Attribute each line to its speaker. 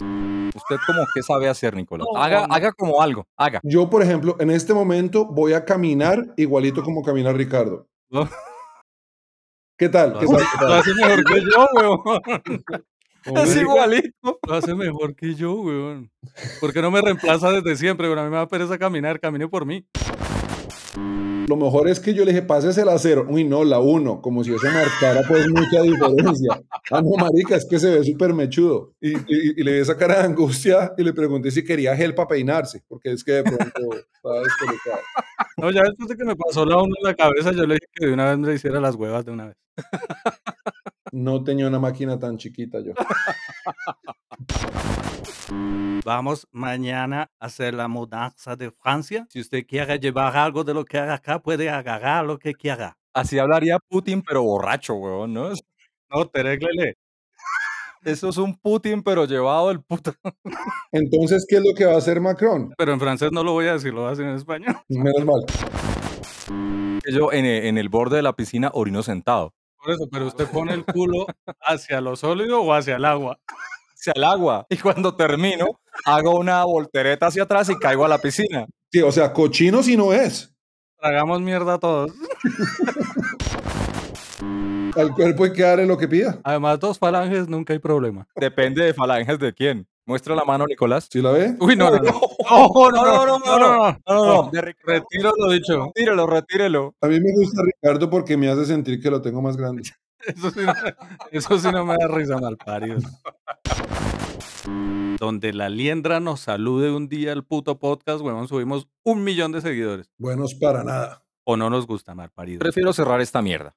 Speaker 1: ¿Usted como qué sabe hacer, Nicolás? Haga, haga como algo, haga.
Speaker 2: Yo, por ejemplo, en este momento voy a caminar igualito como camina Ricardo.
Speaker 1: No.
Speaker 2: ¿Qué tal? ¿Qué tal? ¿Qué
Speaker 3: Lo
Speaker 2: tal?
Speaker 3: hace mejor que yo, weón.
Speaker 1: Es
Speaker 3: Hombre,
Speaker 1: igualito.
Speaker 3: Lo hace mejor que yo, weón. ¿Por qué no me reemplaza desde siempre? Bueno, a mí me da pereza caminar, camine por mí.
Speaker 2: Lo mejor es que yo le dije, pásese la cero. Uy, no, la uno. Como si eso marcara pues mucha diferencia. Ah, no, marica, es que se ve súper mechudo. Y, y- y le vi esa cara de angustia y le pregunté si quería gel para peinarse, porque es que de pronto estaba descolocado.
Speaker 3: No, ya después de que me pasó la una en la cabeza, yo le dije que de una vez me hiciera las huevas de una vez.
Speaker 2: No tenía una máquina tan chiquita yo.
Speaker 3: Vamos mañana a hacer la mudanza de Francia. Si usted quiere llevar algo de lo que haga acá, puede agarrar lo que quiera.
Speaker 1: Así hablaría Putin, pero borracho, weón, ¿no? Es-
Speaker 3: No, teréglele.
Speaker 1: Eso es un Putin, pero llevado el puta.
Speaker 2: Entonces, ¿qué es lo que va a hacer Macron?
Speaker 3: Pero en francés no lo voy a decir, lo voy a decir en español.
Speaker 2: Menos mal.
Speaker 1: Que Yo en, e- en el borde de la piscina orino sentado.
Speaker 3: Por eso, pero usted pone el culo hacia lo sólido o hacia el agua.
Speaker 1: Hacia el agua. Y cuando termino, hago una voltereta hacia atrás y caigo a la piscina.
Speaker 2: Sí, o sea, cochino si no es.
Speaker 3: Tragamos mierda a todos.
Speaker 2: Al cuerpo hay que darle lo que pida.
Speaker 3: Además, dos falanges nunca hay problema.
Speaker 1: Depende de falanges de quién. Muestra la mano, Nicolás.
Speaker 2: ¿Sí la ve?
Speaker 3: Uy, no, no, no.
Speaker 1: No, no, no, no, no, no, no.
Speaker 3: De re- Retiro lo dicho.
Speaker 1: Retírelo, retírelo.
Speaker 2: A mí me gusta Ricardo porque me hace sentir que lo tengo más grande.
Speaker 3: Eso sí, no, eso sí no me da risa mal parido. Donde la liendra nos salude un día al puto podcast, weón, subimos un millón de seguidores.
Speaker 2: Buenos para nada.
Speaker 3: O no nos gusta mal parido.
Speaker 1: Prefiero cerrar esta mierda.